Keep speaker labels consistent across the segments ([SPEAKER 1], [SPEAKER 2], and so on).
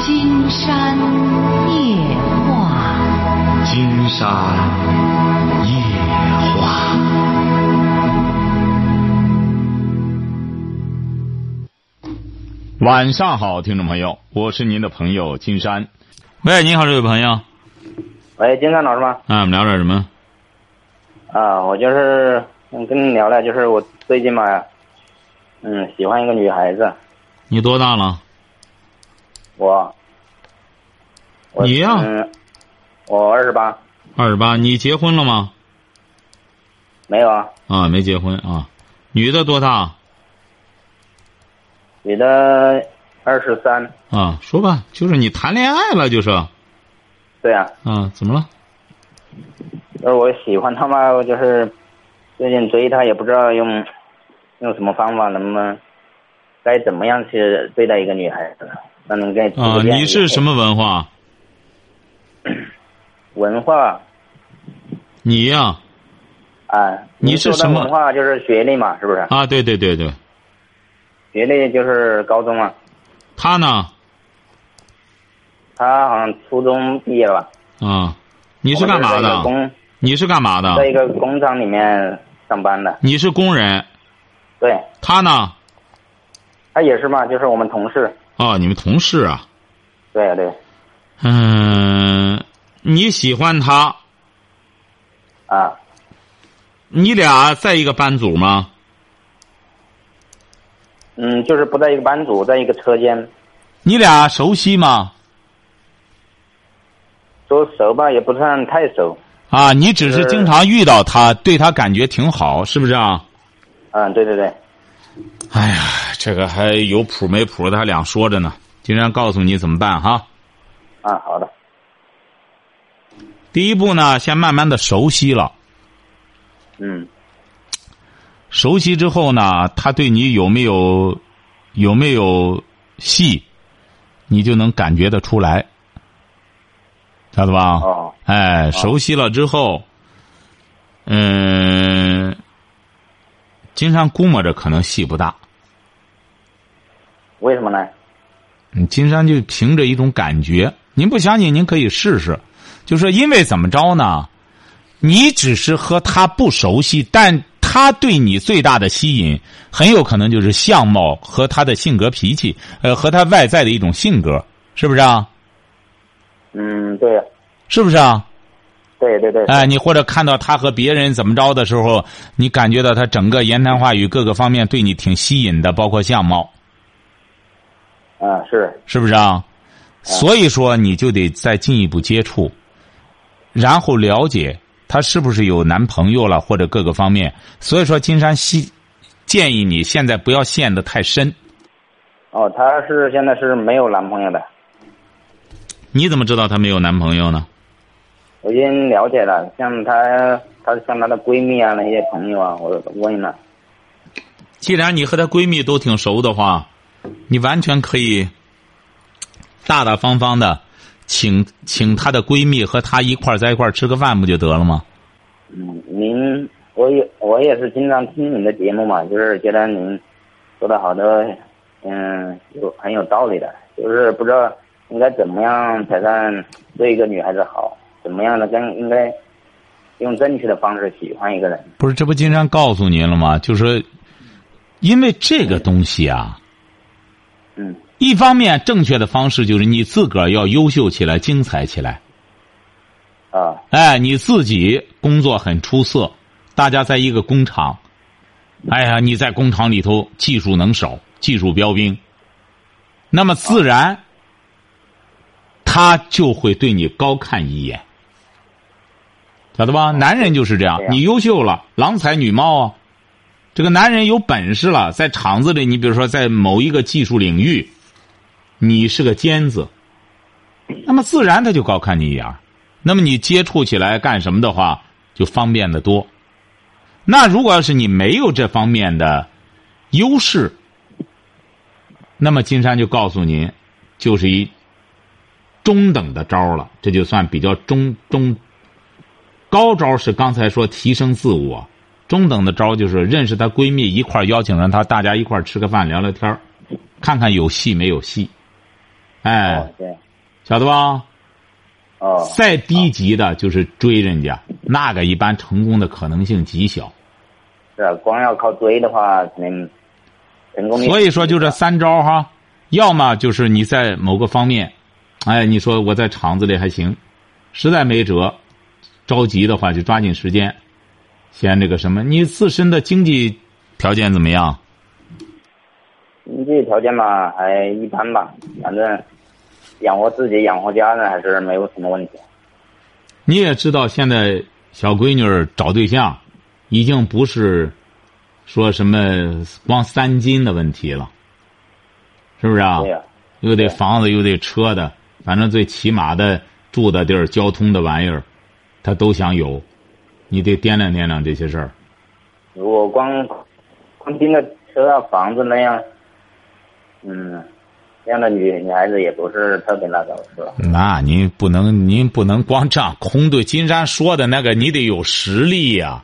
[SPEAKER 1] 金山夜话。
[SPEAKER 2] 金山夜话。晚上好，听众朋友，我是您的朋友金山。喂，你好，这位朋友，
[SPEAKER 3] 喂，金山老师吗？
[SPEAKER 2] 啊，我们聊点什么？
[SPEAKER 3] 啊，我就是嗯跟你聊聊，就是我最近吧，嗯，喜欢一个女孩子，
[SPEAKER 2] 你多大了？
[SPEAKER 3] 我，我
[SPEAKER 2] 你呀
[SPEAKER 3] 嗯，我二十八，
[SPEAKER 2] 二十八。你结婚了吗？
[SPEAKER 3] 没有啊，
[SPEAKER 2] 啊，没结婚啊。女的多大？
[SPEAKER 3] 女的二十三，
[SPEAKER 2] 啊，说吧，就是你谈恋爱了，就是啊，
[SPEAKER 3] 对啊，
[SPEAKER 2] 怎么了？
[SPEAKER 3] 就是我喜欢她吧，我就是最近追她，也不知道用用什么方法，能不能该怎么样去对待一个女孩子，那能给
[SPEAKER 2] 啊，你是什
[SPEAKER 3] 么
[SPEAKER 2] 么文化？
[SPEAKER 3] 文化
[SPEAKER 2] 你呀、
[SPEAKER 3] 啊？
[SPEAKER 2] 你
[SPEAKER 3] 您
[SPEAKER 2] 是
[SPEAKER 3] 说的
[SPEAKER 2] 什么
[SPEAKER 3] 文化就是学历嘛，是不是？
[SPEAKER 2] 啊，对对对对，
[SPEAKER 3] 学历就是高中啊，
[SPEAKER 2] 他呢？
[SPEAKER 3] 他好像初中毕业了吧？
[SPEAKER 2] 啊，你
[SPEAKER 3] 你
[SPEAKER 2] 是干嘛的？啊
[SPEAKER 3] 工
[SPEAKER 2] 你是干嘛的？
[SPEAKER 3] 在一个工厂里面上班的，
[SPEAKER 2] 你是工人，
[SPEAKER 3] 对
[SPEAKER 2] 他呢？
[SPEAKER 3] 他也是嘛，就是我们同事，
[SPEAKER 2] 哦，你们同事啊。
[SPEAKER 3] 对对
[SPEAKER 2] 嗯、你喜欢他，
[SPEAKER 3] 啊，
[SPEAKER 2] 你俩在一个班组吗？
[SPEAKER 3] 嗯，就是不在一个班组，在一个车间，
[SPEAKER 2] 你俩熟悉吗？
[SPEAKER 3] 说熟吧也不算太熟，
[SPEAKER 2] 啊，你只是
[SPEAKER 3] 是
[SPEAKER 2] 经常遇到他，对他感觉挺好，是不是啊？
[SPEAKER 3] 嗯，对对对，
[SPEAKER 2] 哎呀，这个还有谱没谱的，还两说着呢。今天告诉你怎么办哈。
[SPEAKER 3] 啊，好的，
[SPEAKER 2] 第一步呢，先慢慢的熟悉了，
[SPEAKER 3] 嗯
[SPEAKER 2] 熟悉之后呢，他对你有没有有没有戏，你就能感觉得出来，知道吧？
[SPEAKER 3] 哦
[SPEAKER 2] 哎，熟悉了之后，嗯、金山估摸着可能戏不大。
[SPEAKER 3] 为什么呢？
[SPEAKER 2] 嗯金山就凭着一种感觉，您不相信，您可以试试。就说因为怎么着呢？你只是和他不熟悉，但他对你最大的吸引，很有可能就是相貌和他的性格脾气，呃，和他外在的一种性格，是不是啊？
[SPEAKER 3] 嗯，对
[SPEAKER 2] 是不是啊？
[SPEAKER 3] 对对对，
[SPEAKER 2] 哎，你或者看到他和别人怎么着的时候，你感觉到他整个言谈话语各个方面对你挺吸引的，包括相貌，
[SPEAKER 3] 嗯是，
[SPEAKER 2] 是不是啊？所以说，你就得再进一步接触，然后了解他是不是有男朋友了，或者各个方面。所以说，金山希建议你现在不要陷得太深。
[SPEAKER 3] 哦，她是现在是没有男朋友的，
[SPEAKER 2] 你怎么知道她没有男朋友呢？
[SPEAKER 3] 我已经了解了，像她，她像她的闺蜜啊那些朋友啊，我问了，
[SPEAKER 2] 既然你和她闺蜜都挺熟的话，你完全可以大大方方的请请她的闺蜜和她一块儿在一块儿吃个饭，不就得了吗？
[SPEAKER 3] 嗯，您，我也我也是经常听您的节目嘛，就是觉得您说的好多，嗯，有很有道理的，就是不知道应该怎么样才算对一个女孩子好，怎么样的跟应该用正确的方式喜欢一个人，
[SPEAKER 2] 不是，这不金山告诉您了吗？就是说因为这个东西啊，
[SPEAKER 3] 嗯，
[SPEAKER 2] 一方面正确的方式就是你自个儿要优秀起来、精彩起来，
[SPEAKER 3] 啊，
[SPEAKER 2] 哎，你自己工作很出色，大家在一个工厂，哎呀，你在工厂里头技术能手、技术标兵，那么自然，他就会对你高看一眼，晓得吧？男人就是这样
[SPEAKER 3] 对，呀
[SPEAKER 2] 你优秀了，郎才女貌啊，这个男人有本事了，在厂子里，你比如说在某一个技术领域，你是个尖子，那么自然他就高看你一眼儿。那么你接触起来干什么的话，就方便的多。那如果要是你没有这方面的优势，那么金山就告诉您，就是一中等的招儿了，这就算比较中中高招儿是刚才说提升自我，中等的招儿就是认识她闺蜜一块儿邀请上她，大家一块儿吃个饭聊聊天儿看看有戏没有戏。哎
[SPEAKER 3] 哦，，对，
[SPEAKER 2] 晓得吧？
[SPEAKER 3] 哦，
[SPEAKER 2] 再低级的就是追人家，那个一般成功的可能性极小。
[SPEAKER 3] 是啊光要靠追的话，可能成功率。
[SPEAKER 2] 所以说，就这三招哈，要么就是你在某个方面，哎，你说我在厂子里还行，实在没辙，着急的话就抓紧时间，先这个什么，你自身的经济条件怎么样？
[SPEAKER 3] 经济条件吧，还一般吧，反正养活自己、养活家人还是没有什么问题。
[SPEAKER 2] 你也知道，现在小闺女儿找对象，已经不是说什么光三金的问题了，是不是啊？
[SPEAKER 3] 对呀、
[SPEAKER 2] 又得房子，又得车的，反正最起码的住的地儿、交通的玩意儿，她都想有。你得掂量掂量这些事儿。
[SPEAKER 3] 如果光光盯着车啊、房子那样，嗯，这样的女女孩子也不是特别那个，是吧？
[SPEAKER 2] 那您不能，您不能光这样空对。金山说的那个，你得有实力呀、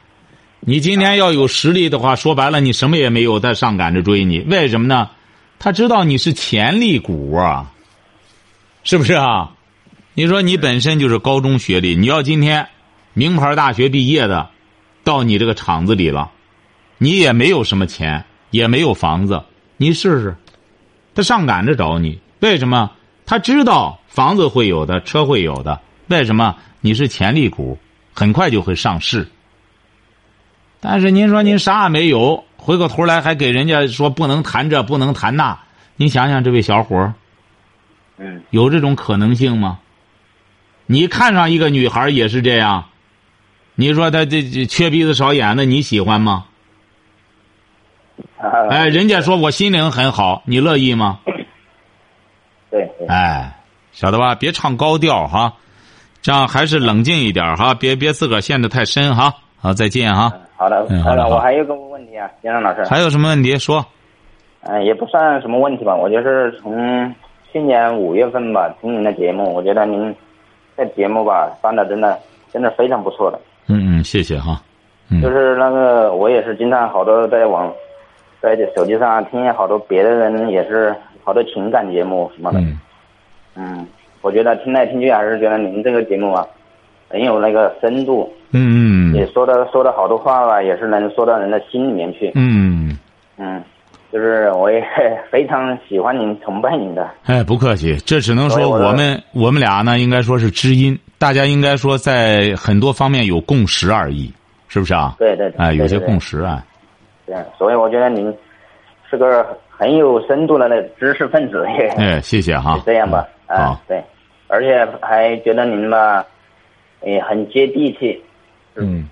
[SPEAKER 2] 你今天要有实力的话，说白了，你什么也没有，他上赶着追你，为什么呢？他知道你是潜力股啊，是不是啊？你说你本身就是高中学历，你要今天名牌大学毕业的，到你这个厂子里了，你也没有什么钱，也没有房子，你试试，他上赶着找你，为什么？他知道房子会有的，车会有的，为什么？你是潜力股，很快就会上市。但是您说您啥也没有，回过头来还给人家说不能谈这，不能谈那，您想想这位小伙儿
[SPEAKER 3] 嗯，
[SPEAKER 2] 有这种可能性吗？你看上一个女孩儿也是这样，你说她这这缺鼻子少眼的，你喜欢吗？
[SPEAKER 3] 啊
[SPEAKER 2] 哎，人家说我心灵很好，你乐意吗？
[SPEAKER 3] 对对，
[SPEAKER 2] 哎，晓得吧？别唱高调哈，这样还是冷静一点哈，别别自个儿陷得太深哈。好，再见哈。
[SPEAKER 3] 好的，
[SPEAKER 2] 嗯好的
[SPEAKER 3] 好的，
[SPEAKER 2] 好
[SPEAKER 3] 我还有个问题啊，金山老师，
[SPEAKER 2] 还有什么问题说？
[SPEAKER 3] 嗯，也不算什么问题吧，我就是从去年五月份吧听您的节目，我觉得您这节目吧办的真的真的非常不错的，
[SPEAKER 2] 嗯嗯，谢谢哈。嗯
[SPEAKER 3] 就是那个我也是经常好多在网在手机上听见好多别的人也是好多情感节目什么的，
[SPEAKER 2] 嗯，
[SPEAKER 3] 嗯，我觉得听来听去还是觉得您这个节目啊很有那个深度，
[SPEAKER 2] 嗯
[SPEAKER 3] 也
[SPEAKER 2] 嗯
[SPEAKER 3] 说的说的好多话吧，也是能说到人的心里面去，
[SPEAKER 2] 嗯，
[SPEAKER 3] 嗯，就是我也 非常喜欢您、崇拜您的。
[SPEAKER 2] 哎，不客气，这只能
[SPEAKER 3] 所以
[SPEAKER 2] 说
[SPEAKER 3] 我
[SPEAKER 2] 我
[SPEAKER 3] 的
[SPEAKER 2] 们我们俩呢，应该说是知音，大家应该说在很多方面有共识而已，是不是啊？
[SPEAKER 3] 对对对，
[SPEAKER 2] 哎，有些
[SPEAKER 3] 对
[SPEAKER 2] 共。识啊。
[SPEAKER 3] 对对，所以我觉得您是个很有深度的那知识分子，也
[SPEAKER 2] 哎，谢谢哈
[SPEAKER 3] 就。这样吧。
[SPEAKER 2] 嗯
[SPEAKER 3] 啊
[SPEAKER 2] 好，，
[SPEAKER 3] 对，而且还觉得您吧，也很接地气，
[SPEAKER 2] 嗯，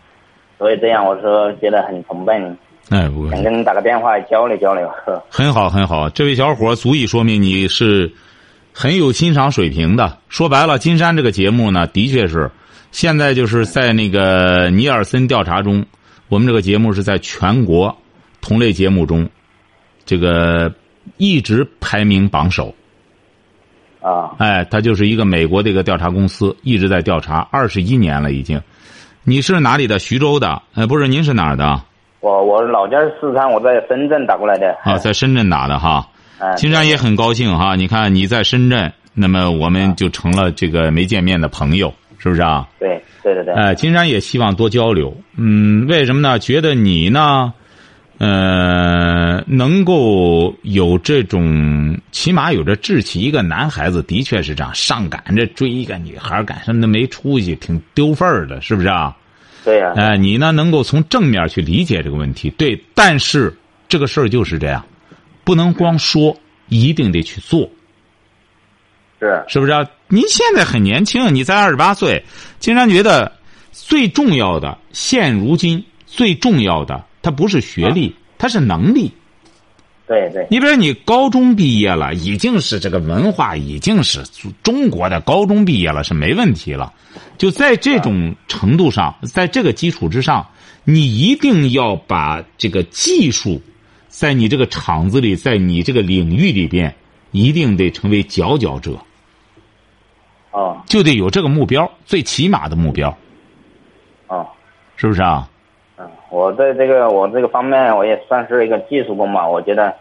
[SPEAKER 3] 所以这样我说觉得很崇拜您，
[SPEAKER 2] 哎，不客气
[SPEAKER 3] 想。跟您打个电话交流交流。
[SPEAKER 2] 很好，很好，这位小伙儿足以说明你是很有欣赏水平的。说白了，金山这个节目呢，的确是现在就是在那个尼尔森调查中，我们这个节目是在全国同类节目中，这个一直排名榜首。
[SPEAKER 3] 啊，
[SPEAKER 2] 哎，他就是一个美国的一个调查公司，一直在调查，二十一年了已经。你是哪里的？徐州的？呃，不是，您是哪儿的？
[SPEAKER 3] 我我老家是四川，我在深圳打过来的。
[SPEAKER 2] 啊，在深圳打的哈。
[SPEAKER 3] 哎，
[SPEAKER 2] 金山也很高兴哈，你看你在深圳，那么我们就成了这个没见面的朋友，是不是啊？
[SPEAKER 3] 哎对对对对，
[SPEAKER 2] 呃，金山也希望多交流。嗯，为什么呢？觉得你呢，呃，能够有这种，起码有这志气。一个男孩子的确是这样，上赶着追一个女孩儿干什么都没出息，挺丢份儿的，是不是啊？
[SPEAKER 3] 对 呀，
[SPEAKER 2] 哎，你呢能够从正面去理解这个问题，对。但是这个事儿就是这样，不能光说，一定得去做，
[SPEAKER 3] 是
[SPEAKER 2] 是不是、啊？您现在很年轻，你才二十八岁，金山觉得最重要的，现如今最重要的，它不是学历，它是能力。
[SPEAKER 3] 对对
[SPEAKER 2] 你比如你高中毕业了，已经是这个文化，已经是中国的高中毕业了，是没问题了。就在这种程度上，在这个基础之上，你一定要把这个技术，在你这个厂子里，在你这个领域里边，一定得成为佼佼者，
[SPEAKER 3] 哦
[SPEAKER 2] 就得有这个目标，最起码的目标，
[SPEAKER 3] 哦。
[SPEAKER 2] 是不是啊？
[SPEAKER 3] 嗯，我在这个我这个方面，我也算是一个技术工吧。我觉得，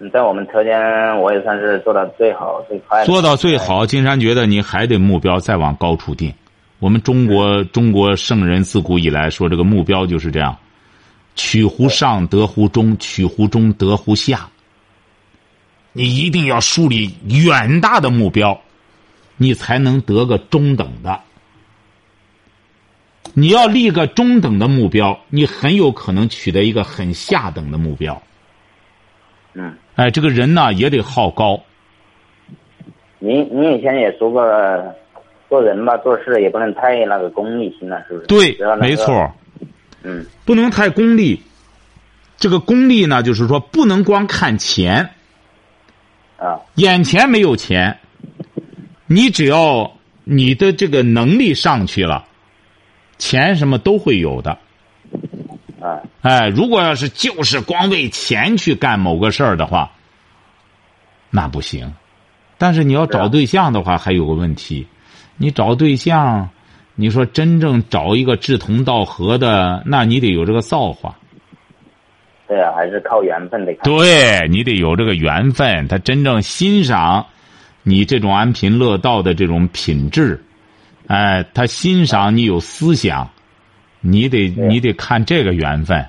[SPEAKER 3] 嗯在我们车间，我也算是做到最好最快的。哎
[SPEAKER 2] 做到最好，金山觉得你还得目标再往高处定。我们中国中国圣人自古以来说这个目标就是这样：取乎上，得乎中；取乎中，得乎下。你一定要树立远大的目标，你才能得个中等的。你要立个中等的目标，你很有可能取得一个很下等的目标。
[SPEAKER 3] 嗯，
[SPEAKER 2] 哎，这个人呢也得好高，
[SPEAKER 3] 您您以前也说过，做人吧，做事也不能太那个功利心了，是不是？
[SPEAKER 2] 对
[SPEAKER 3] 只要，那个
[SPEAKER 2] 没错。儿。
[SPEAKER 3] 嗯
[SPEAKER 2] 不能太功利。这个功利呢，就是说不能光看钱，
[SPEAKER 3] 啊，
[SPEAKER 2] 眼前没有钱，你只要你的这个能力上去了，钱什么都会有的。
[SPEAKER 3] 啊，
[SPEAKER 2] 哎，如果要是就是光为钱去干某个事儿的话，那不行。但是你要
[SPEAKER 3] 是
[SPEAKER 2] 找
[SPEAKER 3] 啊
[SPEAKER 2] 对象的话，还有个问题，你找对象，你说真正找一个志同道合的，那你得有这个造化。
[SPEAKER 3] 对啊，还是靠缘分得看。
[SPEAKER 2] 对你得有这个缘分，他真正欣赏你这种安贫乐道的这种品质，哎，他欣赏你有思想，你得
[SPEAKER 3] 对
[SPEAKER 2] 你得看这个缘分。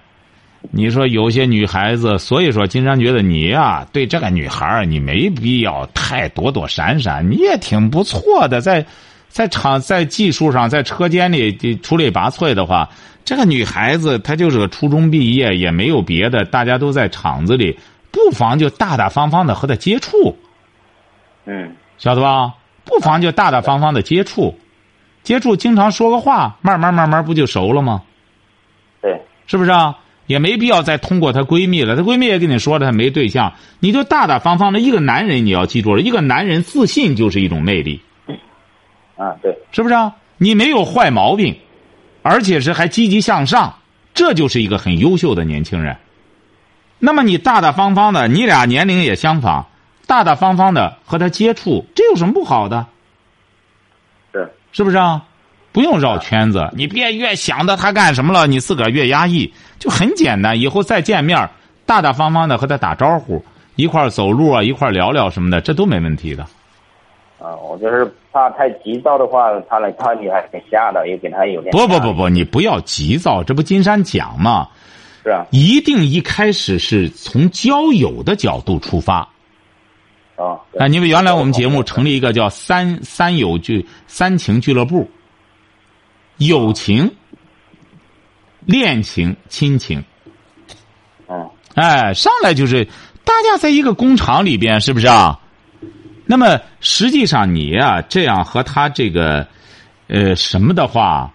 [SPEAKER 2] 你说有些女孩子，所以说金山觉得你呀、对这个女孩儿你没必要太躲躲闪闪，你也挺不错的，在在厂在技术上，在车间里这出类拔萃的话，这个女孩子她就是个初中毕业，也没有别的，大家都在厂子里，不妨就大大方方的和她接触，
[SPEAKER 3] 嗯，
[SPEAKER 2] 晓得吧？不妨就大大方方的接触，接触经常说个话，慢慢慢慢不就熟了吗？
[SPEAKER 3] 对，
[SPEAKER 2] 是不是啊？也没必要再通过她闺蜜了，她闺蜜也跟你说了，她没对象，你就大大方方的。一个男人你要记住了，一个男人自信就是一种魅力，
[SPEAKER 3] 啊，对，
[SPEAKER 2] 是不是啊？你没有坏毛病，而且是还积极向上，这就是一个很优秀的年轻人。那么你大大方方的，你俩年龄也相仿，大大方方的和他接触，这有什么不好的？
[SPEAKER 3] 是，
[SPEAKER 2] 是不是啊？不用绕圈子，你别越想着他干什么了，你自个儿越压抑，就很简单。以后再见面儿，大大方方的和他打招呼，一块儿走路啊，一块儿聊聊什么的，这都没问题的。
[SPEAKER 3] 啊，我就是怕太急躁的话，怕了怕你还给吓到，也给他有点
[SPEAKER 2] 不不
[SPEAKER 3] 压力
[SPEAKER 2] 不，不，你不要急躁，这不金山讲吗？
[SPEAKER 3] 是啊，
[SPEAKER 2] 一定一开始是从交友的角度出发
[SPEAKER 3] 哦，对
[SPEAKER 2] 啊！因为原来我们节目成立一个叫“三三友俱三情俱乐部”，友情、恋情、亲情，
[SPEAKER 3] 嗯，
[SPEAKER 2] 哎，上来就是大家在一个工厂里边，是不是啊？那么实际上你啊，这样和他这个，呃，什么的话，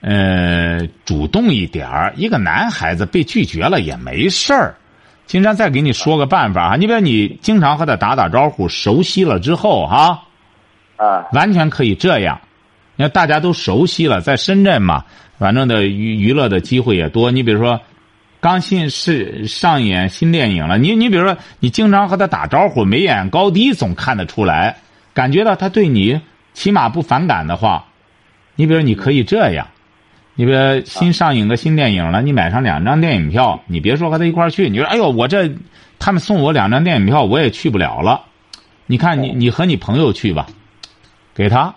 [SPEAKER 2] 呃，主动一点儿。一个男孩子被拒绝了也没事儿。金山再给你说个办法啊，你比如你经常和他打打招呼，熟悉了之后哈、
[SPEAKER 3] 啊，
[SPEAKER 2] 完全可以这样。你看大家都熟悉了，在深圳嘛，反正的娱娱乐的机会也多。你比如说，刚新是上演新电影了，你你比如说，你经常和他打招呼，眉眼高低总看得出来，感觉到他对你起码不反感的话，你比如你可以这样。你比如新上映个新电影了，你买上两张电影票，你别说和他一块儿去，你说哎呦我这，他们送我两张电影票，我也去不了了。你看你你和你朋友去吧，给他，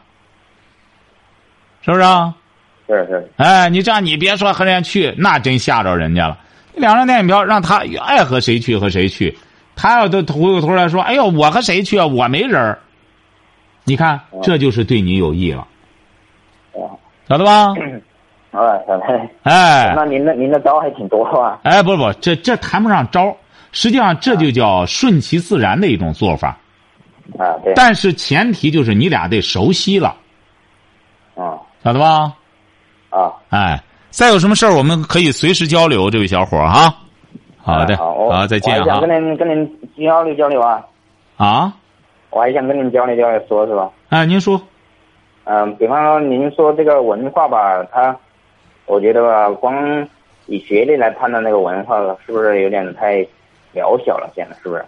[SPEAKER 2] 是不是啊？
[SPEAKER 3] 是是，
[SPEAKER 2] 哎，你这样你别说和人家去，那真吓着人家了。两张电影票让他爱和谁去和谁去，他要都回过头来说：“哎呦，我和谁去啊？我没人儿。”你看，
[SPEAKER 3] 哦
[SPEAKER 2] 这就是对你有益了，
[SPEAKER 3] 啊，
[SPEAKER 2] 晓得吧？
[SPEAKER 3] 啊， 小妹，
[SPEAKER 2] 哎
[SPEAKER 3] 那您的您的招还挺多啊，
[SPEAKER 2] 哎，不不，这这谈不上招儿，实际上这就叫顺其自然的一种做法。
[SPEAKER 3] 啊，对，
[SPEAKER 2] 但是前提就是你俩得熟悉了，
[SPEAKER 3] 啊
[SPEAKER 2] 晓得吧？
[SPEAKER 3] 啊，
[SPEAKER 2] 哎，再有什么事儿，我们可以随时交流，这位小伙儿哈。好的，
[SPEAKER 3] 哎啊好，我
[SPEAKER 2] 好，再见啊
[SPEAKER 3] 我还
[SPEAKER 2] 哈
[SPEAKER 3] 想跟。您跟您交流交流啊，
[SPEAKER 2] 啊，
[SPEAKER 3] 我还想跟您交流交流，说是吧？
[SPEAKER 2] 哎，您说，
[SPEAKER 3] 嗯，比方说您说这个文化吧，它，我觉得吧，光以学历来判断这个文化，是不是有点太渺小了？现在是不是？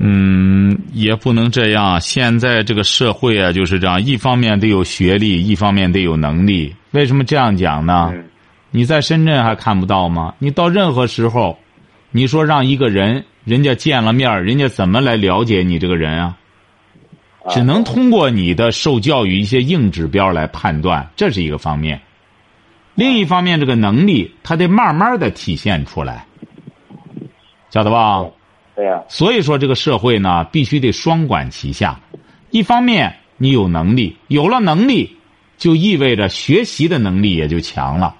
[SPEAKER 2] 嗯，也不能这样。啊现在这个社会啊，就是这样，一方面得有学历，一方面得有能力。为什么这样讲呢？
[SPEAKER 3] 嗯，
[SPEAKER 2] 你在深圳还看不到吗？你到任何时候，你说让一个人，人家见了面儿，人家怎么来了解你这个人啊？
[SPEAKER 3] 啊
[SPEAKER 2] 只能通过你的受教育一些硬指标来判断，这是一个方面。另一方面，这个能力他得慢慢的体现出来，晓得吧？
[SPEAKER 3] 对啊呀、
[SPEAKER 2] 所以说，这个社会呢，必须得双管齐下。一方面，你有能力，有了能力，就意味着学习的能力也就强了，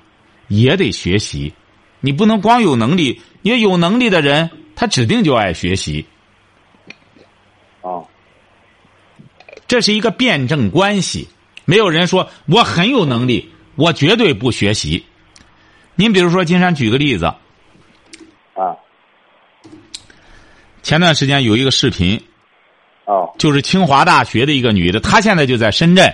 [SPEAKER 2] 也得学习。你不能光有能力，也有能力的人，他指定就爱学习。
[SPEAKER 3] 啊，
[SPEAKER 2] 这是一个辩证关系，没有人说我很有能力，我绝对不学习。您比如说，金山举个例子，
[SPEAKER 3] 啊，
[SPEAKER 2] 前段时间有一个视频，
[SPEAKER 3] 哦，
[SPEAKER 2] 就是清华大学的一个女的，她现在就在深圳，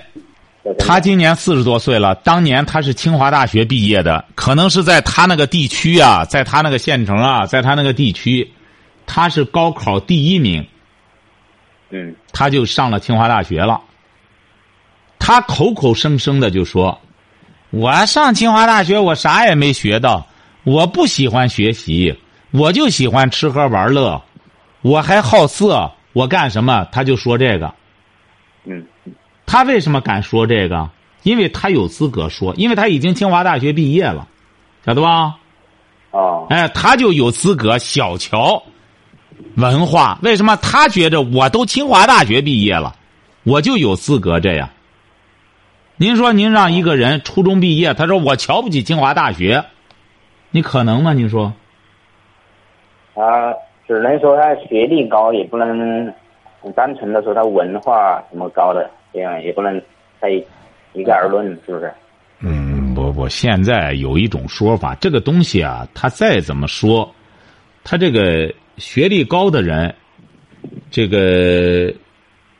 [SPEAKER 3] 对
[SPEAKER 2] 她今年四十多岁了，当年她是清华大学毕业的，可能是在她那个地区啊，在她那个县城啊，在她那个地区，她是高考第一名，
[SPEAKER 3] 嗯，
[SPEAKER 2] 她就上了清华大学了。她口口声声的就说：“我上清华大学，我啥也没学到，我不喜欢学习，我就喜欢吃喝玩乐，我还好色，我干什么？”她就说这个。
[SPEAKER 3] 嗯，
[SPEAKER 2] 他为什么敢说这个？因为他有资格说，因为他已经清华大学毕业了，晓得吧？
[SPEAKER 3] 哦，
[SPEAKER 2] 哎，他就有资格小瞧文化。为什么他觉着我都清华大学毕业了，我就有资格这样？您说，您让一个人初中毕业，他说我瞧不起清华大学，你可能吗？你说，
[SPEAKER 3] 他只能说他学历高，也不能单纯的说他文化什么高的，这样也不能再一概而论，是不是？
[SPEAKER 2] 哎嗯，不不，现在有一种说法，这个东西啊，他再怎么说，他这个学历高的人，这个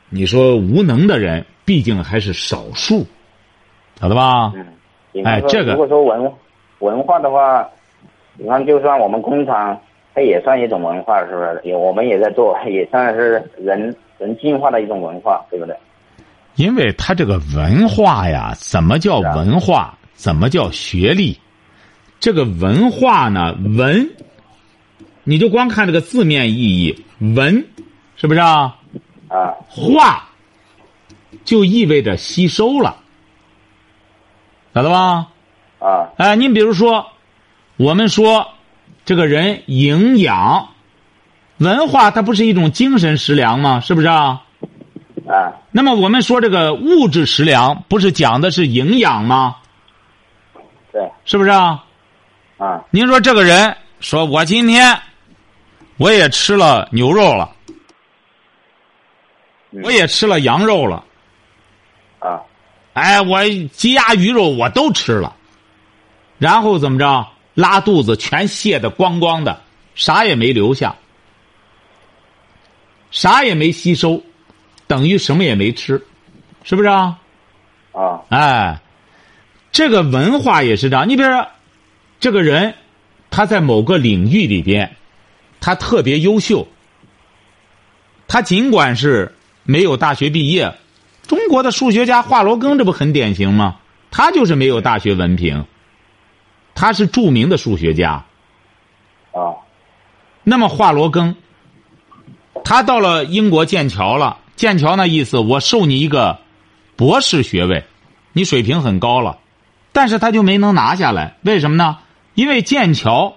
[SPEAKER 2] 你说无能的人，毕竟还是少数，晓得吧？
[SPEAKER 3] 嗯，比方说
[SPEAKER 2] 哎这个
[SPEAKER 3] 如果说文文化的话，比方就算我们工厂，它也算一种文化，是不是？也我们也在做，也算是人人进化的一种文化，对不对？
[SPEAKER 2] 因为他这个文化呀，怎么叫文化？怎么叫学历？这个文化呢，文，你就光看这个字面意义，文，是不是啊？
[SPEAKER 3] 啊，
[SPEAKER 2] 化，就意味着吸收了，晓得吧？
[SPEAKER 3] 啊，
[SPEAKER 2] 哎，您比如说，我们说这个人营养、文化，它不是一种精神食粮吗？是不是啊？
[SPEAKER 3] 啊，
[SPEAKER 2] 那么我们说这个物质食粮，不是讲的是营养吗？
[SPEAKER 3] 对，
[SPEAKER 2] 是不是啊？
[SPEAKER 3] 啊，
[SPEAKER 2] 您说这个人说，我今天我也吃了牛肉了，
[SPEAKER 3] 嗯
[SPEAKER 2] 我也吃了羊肉了，
[SPEAKER 3] 啊，
[SPEAKER 2] 哎，我鸡鸭鱼肉我都吃了，然后怎么着？拉肚子全泻的光光的，啥也没留下，啥也没吸收，等于什么也没吃，是不是啊？
[SPEAKER 3] 啊，
[SPEAKER 2] 哎，这个文化也是这样。你比如说，这个人他在某个领域里边，他特别优秀，他尽管是没有大学毕业，中国的数学家华罗庚这不很典型吗？他就是没有大学文凭，他是著名的数学家。
[SPEAKER 3] 啊，
[SPEAKER 2] 那么华罗庚，他到了英国剑桥了，剑桥那意思我授你一个博士学位，你水平很高了，但是他就没能拿下来，为什么呢？因为剑桥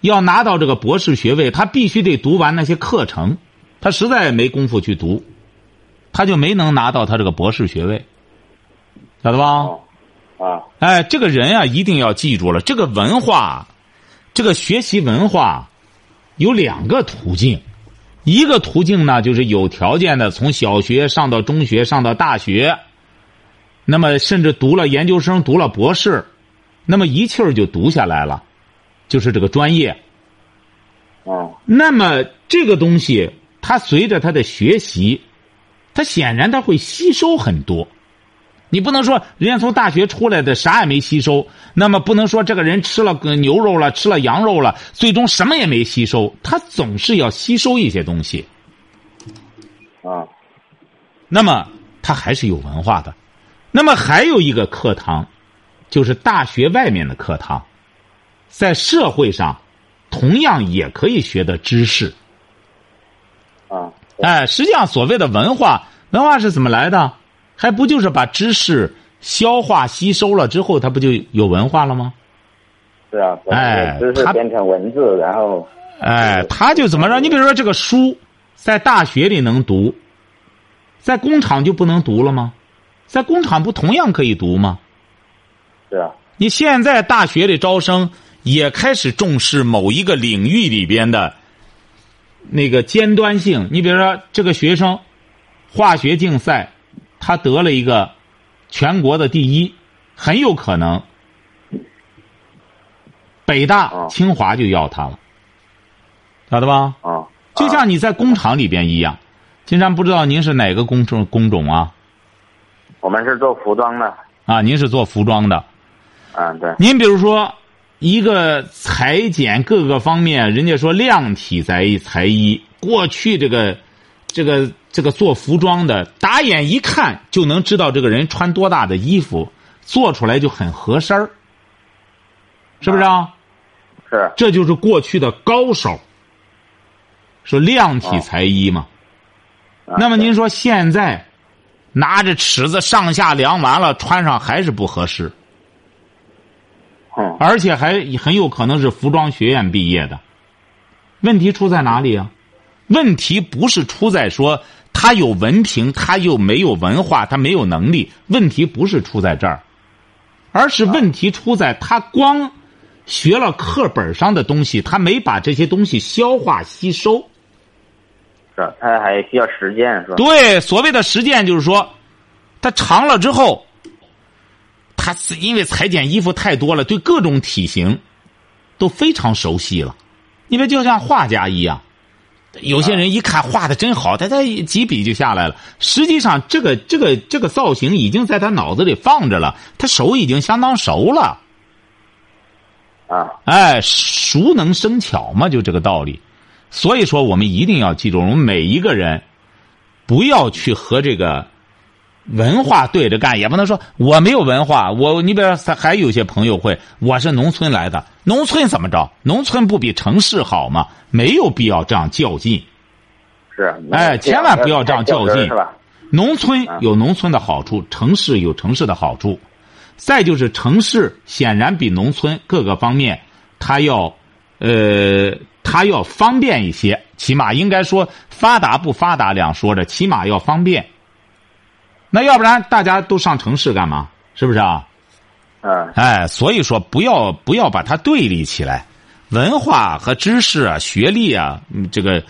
[SPEAKER 2] 要拿到这个博士学位，他必须得读完那些课程，他实在没工夫去读，他就没能拿到他这个博士学位，晓得吧？
[SPEAKER 3] 哦，啊，
[SPEAKER 2] 哎，这个人啊，一定要记住了，这个文化，这个学习文化，有两个途径，一个途径呢，就是有条件的从小学上到中学，上到大学，那么甚至读了研究生，读了博士，那么一气儿就读下来了，就是这个专业。
[SPEAKER 3] 嗯，
[SPEAKER 2] 那么这个东西，它随着他的学习，它显然它会吸收很多。你不能说人家从大学出来的啥也没吸收，那么不能说这个人吃了呃牛肉了，吃了羊肉了，最终什么也没吸收。他总是要吸收一些东西，
[SPEAKER 3] 啊，
[SPEAKER 2] 那么他还是有文化的。那么还有一个课堂，就是大学外面的课堂，在社会上同样也可以学的知识。
[SPEAKER 3] 啊，
[SPEAKER 2] 哎，实际上所谓的文化，文化是怎么来的？还不就是把知识消化吸收了之后，它不就有文化了吗？
[SPEAKER 3] 是啊，把
[SPEAKER 2] 哎
[SPEAKER 3] 知识
[SPEAKER 2] 他
[SPEAKER 3] 变成文字，然后
[SPEAKER 2] 哎，他就怎么着？你比如说这个书，在大学里能读，在工厂就不能读了吗？在工厂不同样可以读吗？
[SPEAKER 3] 是啊，
[SPEAKER 2] 你现在大学里招生也开始重视某一个领域里边的那个尖端性。你比如说，这个学生化学竞赛，他得了一个全国的第一，很有可能北大、
[SPEAKER 3] 哦
[SPEAKER 2] 清华就要他了，晓得吧？
[SPEAKER 3] 啊，
[SPEAKER 2] 就
[SPEAKER 3] 啊
[SPEAKER 2] 像你在工厂里边一样。金山不知道您是哪个工种工种啊？
[SPEAKER 3] 我们是做服装的，
[SPEAKER 2] 啊，您是做服装的。
[SPEAKER 3] 嗯，对，
[SPEAKER 2] 您比如说，一个裁剪各个方面，人家说量体裁衣，裁衣过去这个，这个这个做服装的，打眼一看就能知道这个人穿多大的衣服，做出来就很合身儿，是不是啊？
[SPEAKER 3] 是
[SPEAKER 2] 这就是过去的高手，说量体裁衣嘛。
[SPEAKER 3] 啊
[SPEAKER 2] 那么
[SPEAKER 3] 对
[SPEAKER 2] 您说现在拿着尺子上下量完了，穿上还是不合适。
[SPEAKER 3] 嗯
[SPEAKER 2] 而且还很有可能是服装学院毕业的。问题出在哪里啊？问题不是出在说他有文凭，他又没有文化，他没有能力。问题不是出在这儿，而是问题出在他光学了课本上的东西，他没把这些东西消化吸收。
[SPEAKER 3] 是，啊他还需要实践是吧？
[SPEAKER 2] 对，所谓的实践就是说，他尝了之后，他是因为裁剪衣服太多了，对各种体型都非常熟悉了。因为就像画家一样，有些人一看画的真好，他他几笔就下来了。实际上，这个这个这个造型已经在他脑子里放着了，他手已经相当熟了。
[SPEAKER 3] 啊，
[SPEAKER 2] 哎，熟能生巧嘛，就这个道理。所以说，我们一定要记住，我们每一个人不要去和这个文化对着干，也不能说我没有文化。我你比如说，还有些朋友会，我是农村来的，农村怎么着？农村不比城市好吗？没有必要这样较劲。
[SPEAKER 3] 是，啊
[SPEAKER 2] 哎千万不要这样较
[SPEAKER 3] 太真
[SPEAKER 2] 劲
[SPEAKER 3] 是吧？
[SPEAKER 2] 农村有农村的好处，城市有城市的好处，再就是城市显然比农村各个方面，它要，呃，它要方便一些，起码应该说发达不发达两说着，起码要方便。那要不然大家都上城市干嘛？是不是啊？
[SPEAKER 3] 嗯，
[SPEAKER 2] 哎，所以说不要不要把它对立起来，文化和知识啊、学历啊，嗯这个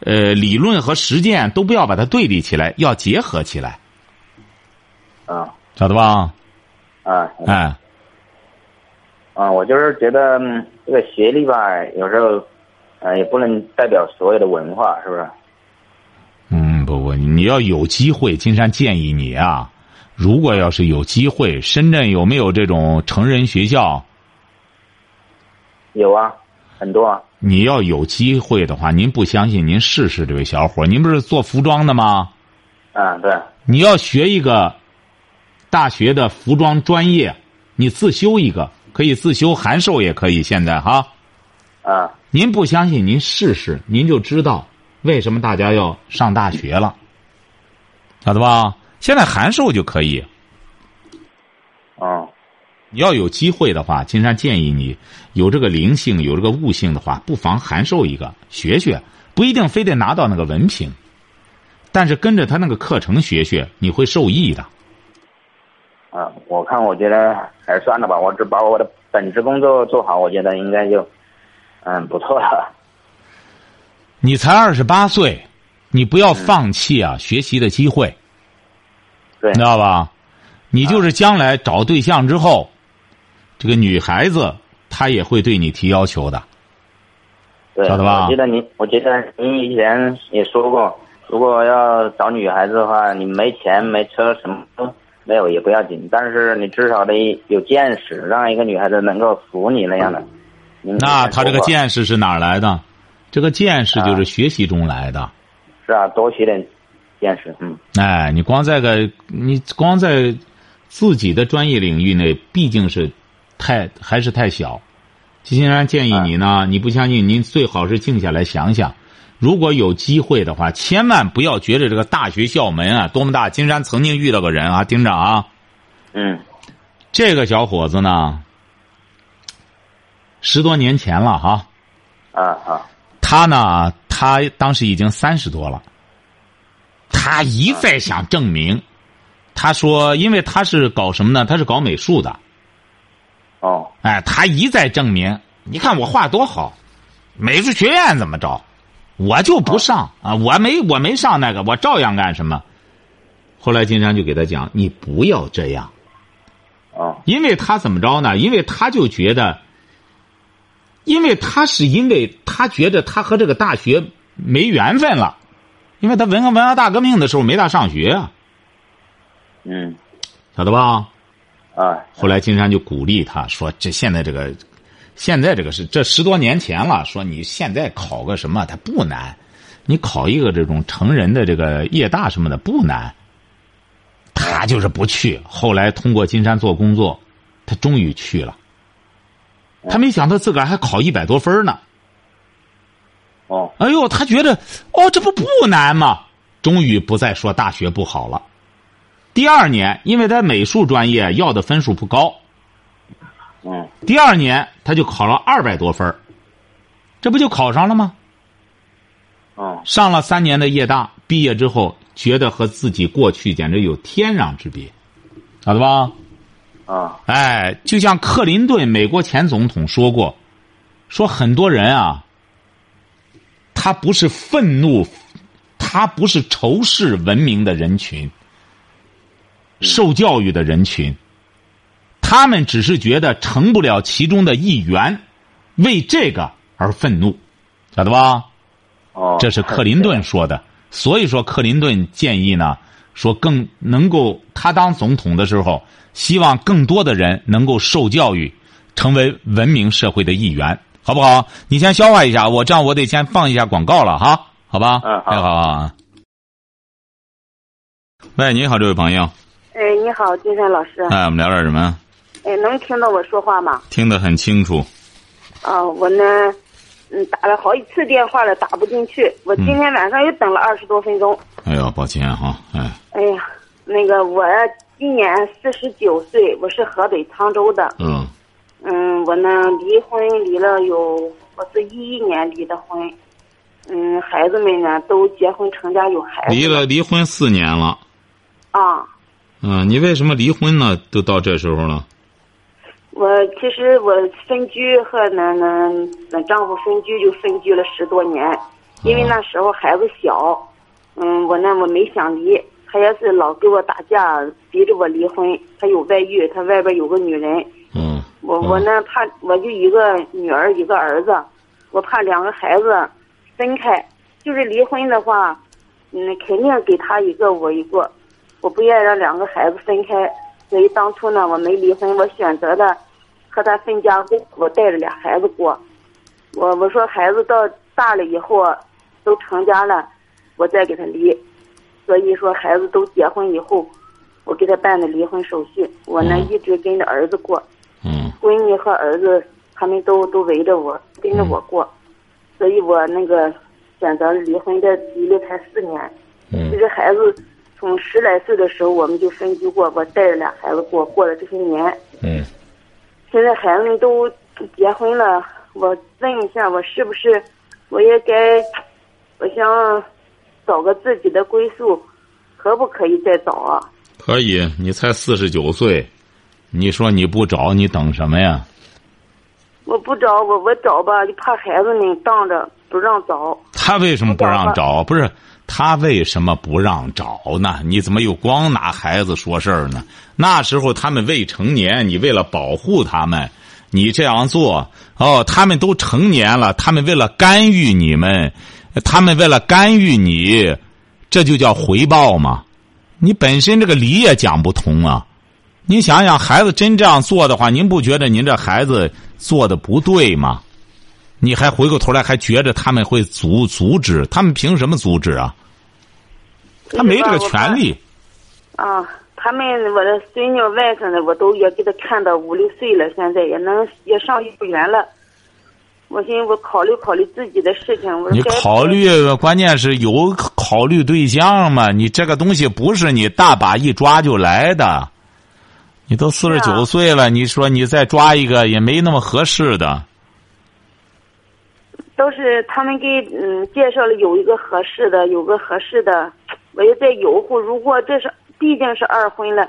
[SPEAKER 2] 呃理论和实践啊都不要把它对立起来，要结合起来，
[SPEAKER 3] 啊
[SPEAKER 2] 晓得吧？
[SPEAKER 3] 啊
[SPEAKER 2] 哎，
[SPEAKER 3] 啊，我就是觉得嗯这个学历吧，有时候，呃，也不能代表所有的文化，是不是？
[SPEAKER 2] 嗯，不不，你要有机会，金山建议你啊，如果要是有机会，深圳有没有这种成人学校？
[SPEAKER 3] 有啊，很多啊，
[SPEAKER 2] 你要有机会的话，您不相信，您试试，这位小伙儿，您不是做服装的吗？
[SPEAKER 3] 啊，对，
[SPEAKER 2] 你要学一个大学的服装专业，你自修一个，可以自修函授也可以。现在哈，
[SPEAKER 3] 啊，
[SPEAKER 2] 您不相信，您试试，您就知道为什么大家要上大学了，晓得吧？现在函授就可以。
[SPEAKER 3] 嗯，
[SPEAKER 2] 你要有机会的话，金山建议你有这个灵性、有这个悟性的话，不妨函授一个学学，不一定非得拿到那个文凭，但是跟着他那个课程学学，你会受益的。
[SPEAKER 3] 啊，我看我觉得还是算了吧，我只把我的本职工作做好，我觉得应该就，嗯，不错了。
[SPEAKER 2] 你才二十八岁，你不要放弃啊、学习的机会，
[SPEAKER 3] 对
[SPEAKER 2] 你知，道吧？你就是将来找对象之后，这个女孩子她也会对你提要求的。
[SPEAKER 3] 对，
[SPEAKER 2] 晓得吧
[SPEAKER 3] 我记得您，我记得您以前也说过，如果要找女孩子的话，你没钱、没车、什么都没有也不要紧，但是你至少得有见识，让一个女孩子能够服你那样的。您
[SPEAKER 2] 那她这个
[SPEAKER 3] 说过
[SPEAKER 2] 见识是哪儿来的？这个见识就是学习中来的。
[SPEAKER 3] 是啊，多学点见识，嗯，
[SPEAKER 2] 哎，你光在个你光在自己的专业领域内，毕竟是太还是太小。金先生建议你呢，你不相信，您最好是静下来想想。如果有机会的话，千万不要觉得这个大学校门啊多么大。金山曾经遇到个人啊，听着啊，
[SPEAKER 3] 嗯
[SPEAKER 2] 这个小伙子呢，十多年前了哈、
[SPEAKER 3] 啊好，
[SPEAKER 2] 他呢，他当时已经三十多了，他一再想证明。他说，因为他是搞什么呢？他是搞美术的，
[SPEAKER 3] 哦
[SPEAKER 2] 哎，他一再证明，你看我画多好，美术学院怎么着，我就不上啊，我没我没上那个，我照样干什么。后来金山就给他讲，你不要这样，
[SPEAKER 3] 哦
[SPEAKER 2] 因为他怎么着呢？因为他就觉得，因为他是因为他觉得他和这个大学没缘分了，因为他文革文化大革命的时候没大上学啊，
[SPEAKER 3] 嗯
[SPEAKER 2] 晓得吧？
[SPEAKER 3] 啊
[SPEAKER 2] 后来金山就鼓励他说：“这现在这个，现在这个是这十多年前了，说你现在考个什么，它不难，你考一个这种成人的这个夜大什么的不难。”他就是不去。后来通过金山做工作，他终于去了。他没想到自个儿还考一百多分呢。
[SPEAKER 3] 哦
[SPEAKER 2] 哎呦，他觉得哦，这不不难吗？终于不再说大学不好了。第二年，因为他美术专业要的分数不高，
[SPEAKER 3] 嗯
[SPEAKER 2] 第二年他就考了二百多分儿这不就考上了吗？
[SPEAKER 3] 哦
[SPEAKER 2] 上了三年的夜大，毕业之后觉得和自己过去简直有天壤之别，晓得吧？
[SPEAKER 3] 啊
[SPEAKER 2] 哎，就像克林顿美国前总统说过，说很多人啊，他不是愤怒，他不是仇视文明的人群，受教育的人群，他们只是觉得成不了其中的一员，为这个而愤怒，晓得吧？
[SPEAKER 3] 哦，
[SPEAKER 2] 这是克林顿说的。所以说，克林顿建议呢，说更能够他当总统的时候，希望更多的人能够受教育，成为文明社会的一员，好不好？你先消化一下，我这样我得先放一下广告了哈，好吧？
[SPEAKER 3] 嗯好
[SPEAKER 2] 哎好啊。喂，你好，这位朋友，
[SPEAKER 4] 哎，你好，金山老
[SPEAKER 3] 嗯
[SPEAKER 4] 师。
[SPEAKER 2] 哎，我们聊点什么？
[SPEAKER 4] 哎，能听到我说话吗？
[SPEAKER 2] 听得很清楚，
[SPEAKER 4] 啊，我呢，嗯，打了好几次电话了，打不进去。我
[SPEAKER 2] 嗯
[SPEAKER 4] 今天晚上又等了二十多分钟。
[SPEAKER 2] 哎呦，抱歉哈，哎，
[SPEAKER 4] 哎呀，那个我今年四十九岁，我是河北沧州的。
[SPEAKER 2] 嗯
[SPEAKER 4] 嗯，我呢离婚离了有，我是一一年离的婚。嗯，孩子们呢都结婚成家有孩
[SPEAKER 3] 哎
[SPEAKER 4] 子。
[SPEAKER 2] 离了离婚四年了，
[SPEAKER 4] 啊，
[SPEAKER 2] 嗯，你为什么离婚呢？都到这时候了，
[SPEAKER 4] 我其实我分居和那那那丈夫分居就分居了十多年，因为那时候孩子小，嗯，我呢我没想离，他也是老跟我打架，逼着我离婚。他有外遇，他外边有个女人，
[SPEAKER 2] 嗯，
[SPEAKER 4] 我
[SPEAKER 2] 嗯
[SPEAKER 4] 我呢怕我就一个女儿一个儿子，我怕两个孩子分开，就是离婚的话，嗯，肯定给他一个我一个，我不愿意让两个孩子分开，所以当初呢我没离婚，我选择的和他分家过，我带着俩孩子过，我我说孩子到大了以后都成家了，我再给他离，所以说孩子都结婚以后，我给他办的离婚手续，我呢
[SPEAKER 2] 嗯
[SPEAKER 4] 一直跟着儿子过。
[SPEAKER 2] 嗯。
[SPEAKER 4] 闺女和儿子他们都都围着我跟
[SPEAKER 2] 嗯
[SPEAKER 4] 着我过，所以我那个选择了离婚的离了才四年。
[SPEAKER 2] 嗯
[SPEAKER 4] 这个孩子从十来岁的时候我们就分居过，我带着俩孩子过过了这些年。
[SPEAKER 2] 嗯
[SPEAKER 4] 现在孩子们都结婚了，我问一下，我是不是我也该，我想找个自己的归宿，可不可以再找啊？，
[SPEAKER 2] 可以，你才四十九岁，你说你不找，你等什么呀？
[SPEAKER 4] 我不找，我我找吧，就怕孩子们当着不让找。
[SPEAKER 2] 他为什么不让找？不是他为什么不让找呢？你怎么又光拿孩子说事儿呢？那时候他们未成年，你为了保护他们，你这样做哦。他们都成年了，他们为了干预你们，他们为了干预你，这就叫回报吗？你本身这个理也讲不通啊。您想想，孩子真这样做的话，您不觉得您这孩子做的不对吗？你还回过头来还觉着他们会阻阻止，他们凭什么阻止啊？他没这个权利。
[SPEAKER 4] 啊，他们我的孙女外甥呢，我都也给他看到五六岁了，现在也能也上幼儿园了。我寻思我考虑考虑自己的事情。我说
[SPEAKER 2] 你
[SPEAKER 4] 该不
[SPEAKER 2] 考虑，关键是有考虑对象嘛？你这个东西不是你大把一抓就来的，你都四十
[SPEAKER 4] 是啊
[SPEAKER 2] 九岁了，你说你再抓一个也没那么合适的。
[SPEAKER 4] 都是他们给嗯介绍了有一个合适的，有个合适的，我又在犹豫。如果这是毕竟是二婚了，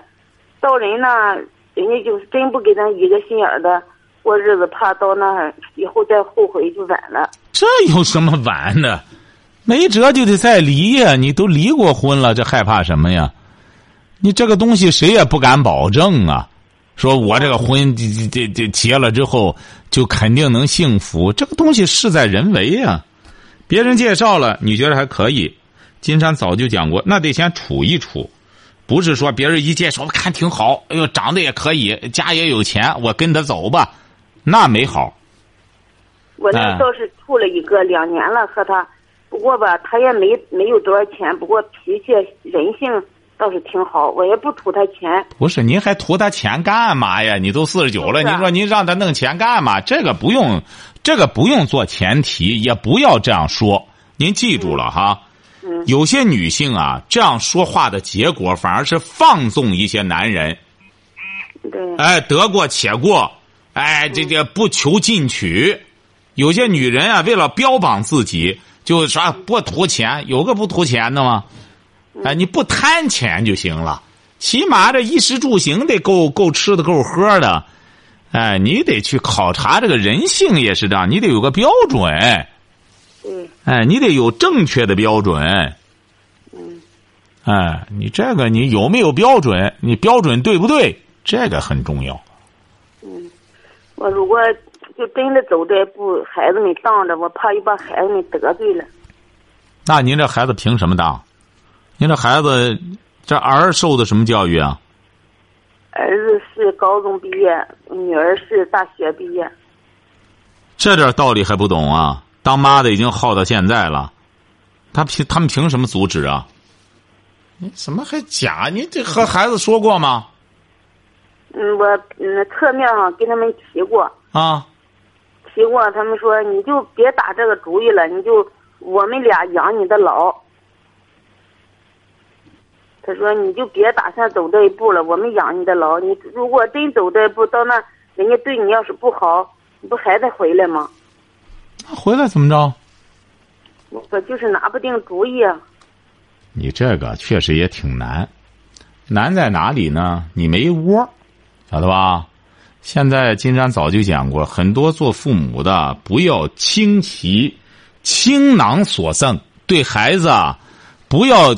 [SPEAKER 4] 到人那人家就是真不给咱一个心眼儿的过日子，怕到那儿以后再后悔就晚了。
[SPEAKER 2] 这有什么完的？没辙就得再离呀！你都离过婚了，这害怕什么呀？你这个东西谁也不敢保证啊。说我这个婚这这这这结了之后就肯定能幸福，这个东西事在人为呀、别人介绍了，你觉得还可以，金山早就讲过，那得先处一处，不是说别人一介绍我看挺好，哎呦长得也可以，家也有钱，我跟他走吧，那没好。
[SPEAKER 4] 我那
[SPEAKER 2] 哎
[SPEAKER 4] 倒是处了一个两年了和他，不过吧，他也没没有多少钱，不过脾气人性倒是挺好，我也不图他钱。
[SPEAKER 2] 不是，您还图他钱干嘛呀？你都四十九了，
[SPEAKER 4] 就是啊
[SPEAKER 2] 您说您让他弄钱干嘛？这个不用，这个不用做前提，也不要这样说。您记住了哈，
[SPEAKER 4] 嗯
[SPEAKER 2] 有些女性啊，这样说话的结果反而是放纵一些男人，
[SPEAKER 4] 对，
[SPEAKER 2] 哎，得过且过，哎，这这不求进取。有些女人啊，为了标榜自己，就啥不图钱，有个不图钱的吗？哎，你不贪钱就行了，起码这衣食住行得够够吃的，够喝的。哎，你得去考察这个人性也是这样，你得有个标准，
[SPEAKER 4] 对，
[SPEAKER 2] 哎，你得有正确的标准。哎，你这个你有没有标准？你标准对不对？这个很重要。
[SPEAKER 4] 我如果就真的走这一步，孩子们当着，我怕又把孩子们得罪了。
[SPEAKER 2] 那您这孩子凭什么当？您这孩子这儿受的什么教育啊？
[SPEAKER 4] 儿子是高中毕业，女儿是大学毕业。
[SPEAKER 2] 这点道理还不懂啊？当妈的已经耗到现在了，他凭他们凭什么阻止啊？你怎么还假？你这和孩子说过吗？
[SPEAKER 4] 嗯，我嗯侧面上跟他们提过，
[SPEAKER 2] 啊，
[SPEAKER 4] 提过，他们说你就别打这个主意了，你就我们俩养你的老。他说你就别打算走这一步了，我们养你的老。你如果真走这一步，到那人家对你要是不好，你不还得回来吗？
[SPEAKER 2] 那回来怎么着？
[SPEAKER 4] 我我就是拿不定主意啊。
[SPEAKER 2] 你这个确实也挺难，难在哪里呢？你没窝儿，晓得吧？现在金山早就讲过，很多做父母的不要轻其倾囊所赠，对孩子啊，不要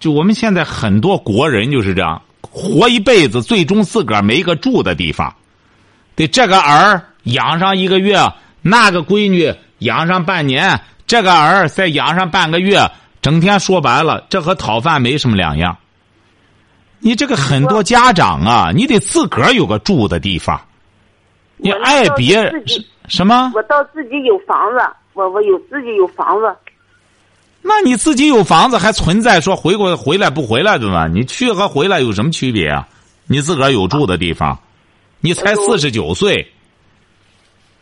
[SPEAKER 2] 就我们现在很多国人就是这样，活一辈子，最终自个儿没个住的地方，得这个儿养上一个月，那个闺女养上半年，这个儿再养上半个月，整天说白了，这和讨饭没什么两样。你这个很多家长啊，你得自个儿有个住的地方，你
[SPEAKER 4] 我那
[SPEAKER 2] 爱
[SPEAKER 4] 时候
[SPEAKER 2] 别
[SPEAKER 4] 自己
[SPEAKER 2] 什什么？
[SPEAKER 4] 我到自己有房子，我我有自己有房子，
[SPEAKER 2] 那你自己有房子，还存在说回过回来不回来的吗？你去和回来有什么区别啊？你自个儿有住的地方，你才四十九岁，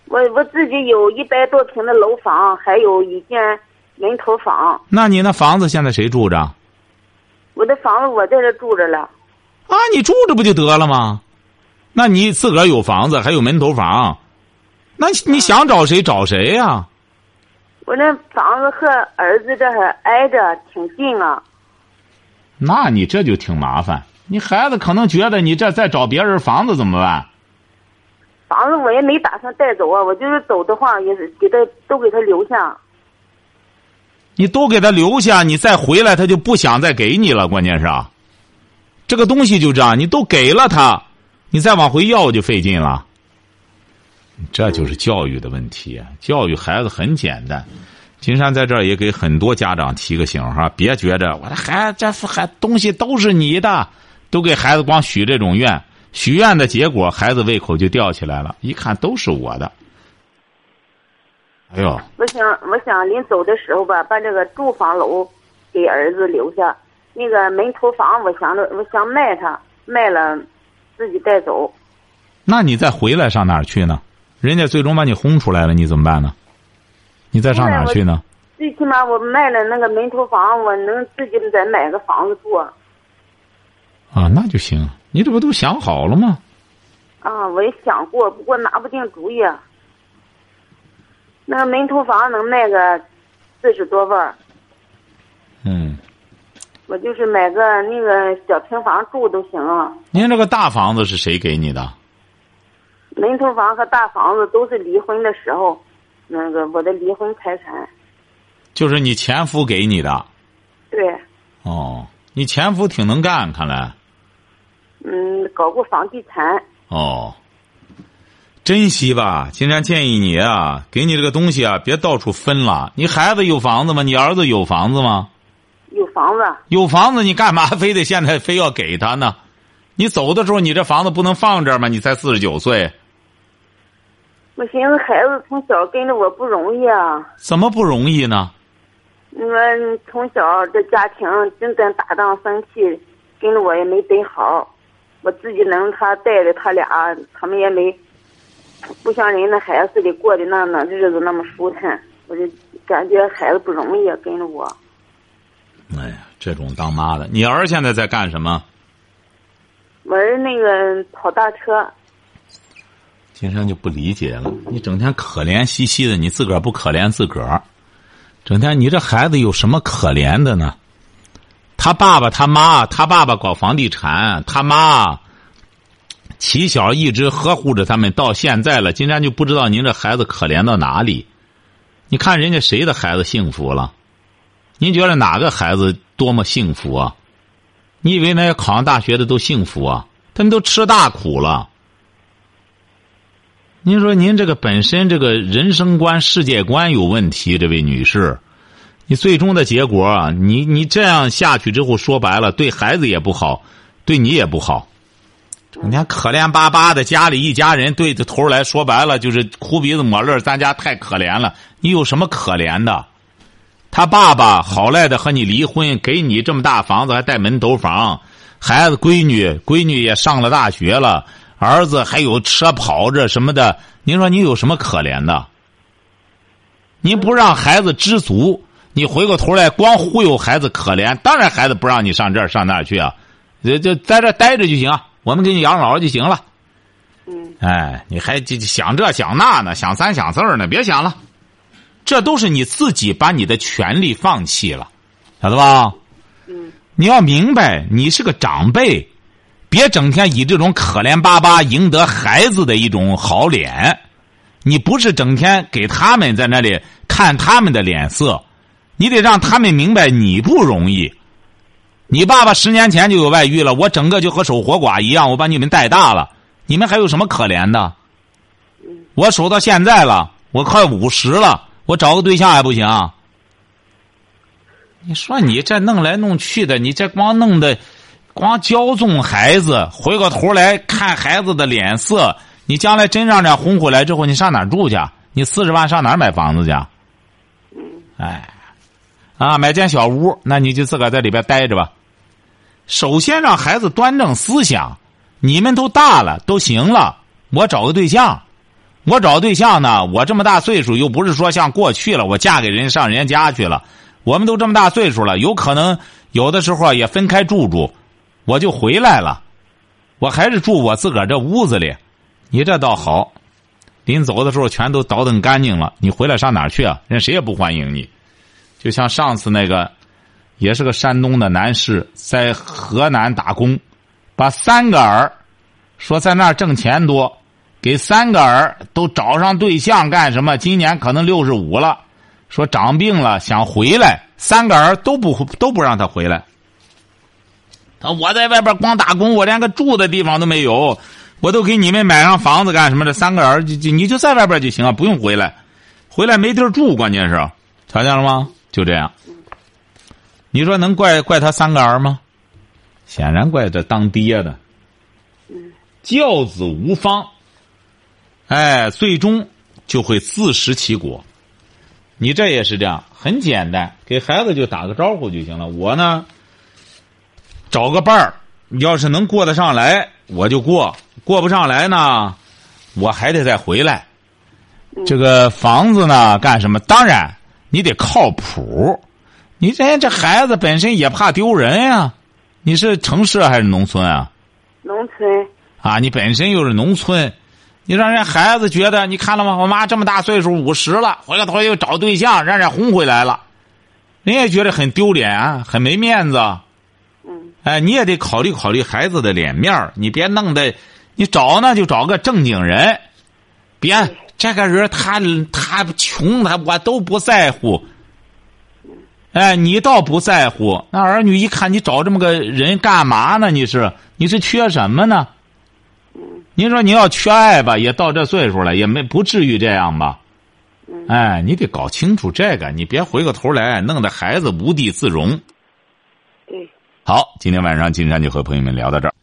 [SPEAKER 4] 我我自己有一百多平的楼房，还有一间人头房。
[SPEAKER 2] 那你那房子现在谁住着？啊，
[SPEAKER 4] 我的房子我在这住着了，
[SPEAKER 2] 你住着不就得了吗？那你自个儿有房子，还有门头房，那你想找谁找谁呀、
[SPEAKER 4] 我那房子和儿子这还挨着，挺近啊。
[SPEAKER 2] 那你这就挺麻烦。你孩子可能觉得你这再找别人房子怎么办？
[SPEAKER 4] 房子我也没打算带走啊，我就是走的话也是给他都给他留下。
[SPEAKER 2] 你都给他留下，你再回来，他就不想再给你了。关键是啊，这个东西就这样，你都给了他，你再往回要就费劲了。这就是教育的问题啊！教育孩子很简单。金山在这儿也给很多家长提个醒哈，别觉着我的孩子这孩东西都是你的，都给孩子光许这种愿，许愿的结果孩子胃口就吊起来了，一看都是我的。哎呦，
[SPEAKER 4] 我想我想临走的时候吧，把这个住房楼给儿子留下，那个门头房我想着我想卖它，卖了自己带走。
[SPEAKER 2] 那你再回来上哪儿去呢？人家最终把你轰出来了，你怎么办呢？你再上哪儿去呢？
[SPEAKER 4] 最起码我卖了那个门头房，我能自己再买个房子住。
[SPEAKER 2] 啊，那就行。你这不都想好了吗？
[SPEAKER 4] 啊，我也想过，不过拿不定主意。啊那个门头房能卖个四十多万儿，
[SPEAKER 2] 嗯，
[SPEAKER 4] 我就是买个那个小平房住都行啊。
[SPEAKER 2] 您这个大房子是谁给你的？
[SPEAKER 4] 门头房和大房子都是离婚的时候，那个我的离婚财产。
[SPEAKER 2] 就是你前夫给你的。
[SPEAKER 4] 对，
[SPEAKER 2] 哦，你前夫挺能干，看来。
[SPEAKER 4] 嗯，搞过房地产。
[SPEAKER 2] 哦，珍惜吧。金山建议你啊，给你这个东西啊，别到处分了。你孩子有房子吗？你儿子有房子吗？
[SPEAKER 4] 有房子，
[SPEAKER 2] 有房子，你干嘛非得现在非要给他呢？你走的时候，你这房子不能放这儿吗？你才四十九岁，
[SPEAKER 4] 我寻思孩子从小跟着我不容易啊。
[SPEAKER 2] 怎么不容易呢？
[SPEAKER 4] 你说你从小这家庭真正打仗生气，跟着我也没得好，我自己能他带着他俩，他们也没不像人家孩子似的过的那那日子那么舒坦，我就感觉孩子不容易啊，跟着我。
[SPEAKER 2] 哎呀，这种当妈的，你儿现在在干什么？
[SPEAKER 4] 我是那个跑大车，
[SPEAKER 2] 金山就不理解了，你整天可怜兮兮的，你自个儿不可怜自个儿，整天你这孩子有什么可怜的呢？他爸爸他妈，他爸爸搞房地产，他妈起小一直呵护着他们，到现在了，金山就不知道您这孩子可怜到哪里。你看人家谁的孩子幸福了？您觉得哪个孩子多么幸福啊？你以为那些考上大学的都幸福啊？他们都吃大苦了。您说您这个本身这个人生观、世界观有问题，这位女士，你最终的结果啊，你你这样下去之后，说白了，对孩子也不好，对你也不好。整天可怜巴巴的，家里一家人对着头来说白了就是哭鼻子抹泪儿，咱家太可怜了。你有什么可怜的？他爸爸好赖的和你离婚，给你这么大房子，还带门头房，孩子闺女闺女也上了大学了，儿子还有车跑着什么的，您说你有什么可怜的？您不让孩子知足，你回过头来光忽悠孩子可怜，当然孩子不让你上这儿上那儿去啊，就就在这儿待着就行，啊我们给你养老就行了。
[SPEAKER 4] 嗯，
[SPEAKER 2] 哎，你还就就想这想那呢，想三想四儿呢，别想了，这都是你自己把你的权利放弃了，晓得吧？
[SPEAKER 4] 嗯，
[SPEAKER 2] 你要明白，你是个长辈，别整天以这种可怜巴巴赢得孩子的一种好脸，你不是整天给他们在那里看他们的脸色，你得让他们明白你不容易。你爸爸十年前就有外遇了，我整个就和守活寡一样，我把你们带大了。你们还有什么可怜的？我守到现在了，我快五十了，我找个对象还不行？你说你这弄来弄去的，你这光弄的，光骄纵孩子，回过头来看孩子的脸色，你将来真让人家轰回来之后，你上哪儿住去？啊你四十万上哪儿买房子去？啊哎，啊，买间小屋，那你就自个儿在里边待着吧。首先让孩子端正思想，你们都大了，都行了，我找个对象。我找对象呢，我这么大岁数，又不是说像过去了，我嫁给人上人家家去了。我们都这么大岁数了，有可能有的时候啊也分开住住，我就回来了，我还是住我自个儿这屋子里。你这倒好，临走的时候全都倒腾干净了，你回来上哪儿去啊？人谁也不欢迎你。就像上次那个，也是个山东的男士，在河南打工，把三个儿说在那儿挣钱多，给三个儿都找上对象干什么？今年可能六十五了，说长病了想回来，三个儿都不都不让他回来。他说我在外边光打工，我连个住的地方都没有，我都给你们买上房子干什么？这三个儿就就你就在外边就行了，不用回来，回来没地儿住，关键是瞧见了吗？就这样，你说能怪怪他三个儿吗？显然怪这当爹的。教子无方，哎，最终就会自食其果。你这也是这样，很简单，给孩子就打个招呼就行了。我呢，找个伴儿，要是能过得上来，我就过；过不上来呢，我还得再回来。这个房子呢，干什么？当然，你得靠谱。你这这孩子本身也怕丢人呀、你是城市还是农村啊？
[SPEAKER 4] 农村，
[SPEAKER 2] 啊，你本身又是农村，你让人家孩子觉得，你看了吗？我妈这么大岁数，五十了，回过头又找对象，让人家哄回来了，人家觉得很丢脸，啊很没面子。
[SPEAKER 4] 嗯，
[SPEAKER 2] 哎，你也得考虑考虑孩子的脸面儿你别弄得，你找呢就找个正经人，别这个人他他穷他我都不在乎。哎，你倒不在乎，那儿女一看你找这么个人干嘛呢？你是你是缺什么呢？您说你要缺爱吧，也到这岁数了，也没不至于这样吧？哎，你得搞清楚这个，你别回过头来弄得孩子无地自容。
[SPEAKER 4] 对。哎
[SPEAKER 2] 好，今天晚上金山就和朋友们聊到这儿。